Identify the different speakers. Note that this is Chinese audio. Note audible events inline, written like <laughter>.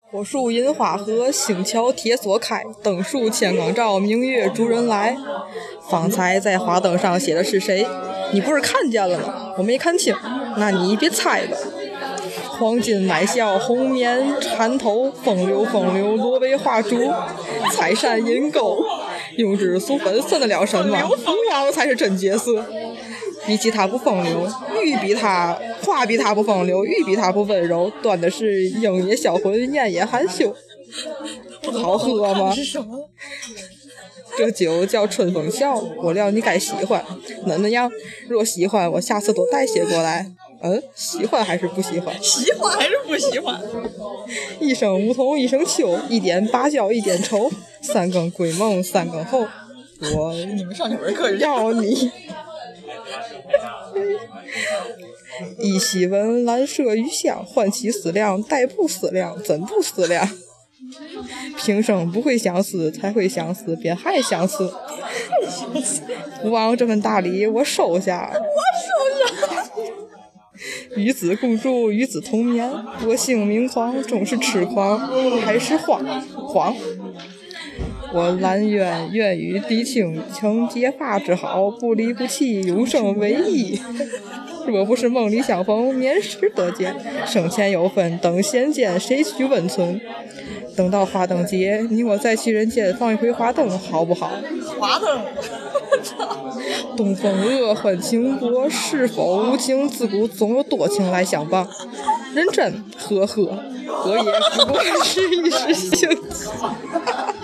Speaker 1: 火树银花河，星桥铁锁开。灯树千缸照，明月逐人来。方才在花灯上写的是谁？你不是看见了吗？我没看清，那你别猜吧。黄金买笑，红棉缠头，风流风流，罗帷画烛，彩扇银钩，用纸俗粉算得了什么？福王才是真杰斯。比起他不风流，玉比他话比他不风流，玉比他不温柔，端的是鹰也销魂，燕也含羞。好喝吗？
Speaker 2: 是什么？
Speaker 1: 这酒叫春风笑，我料你该喜欢。怎么样？若喜欢，我下次多带些过来。嗯，喜欢还是不喜欢？
Speaker 2: 喜欢还是不喜欢？
Speaker 1: 一声梧桐一声秋，一点芭蕉一点愁。三更归梦三更后，我
Speaker 2: 你们上语文课是这样
Speaker 1: 要你。依稀闻兰麝余香，唤起思量，待不思量，怎不思量？平生不会相思，才会相思，便还相思。吴王这份大礼我收下，我收下。与子共住，与子同眠，多性名狂，终是痴狂，还是荒荒。我兰渊愿与狄青承结发之好，不离不弃，永生为一。若不是梦里相逢，免时得见。生前有分等闲间，谁许温存？等到花灯节，你我再去人间放一回花灯，好不好？
Speaker 2: 华灯，
Speaker 1: 东风恶，欢情薄，是否无情？自古总有多情来相伴。认真，呵呵，我也不过是一时兴起。 <laughs>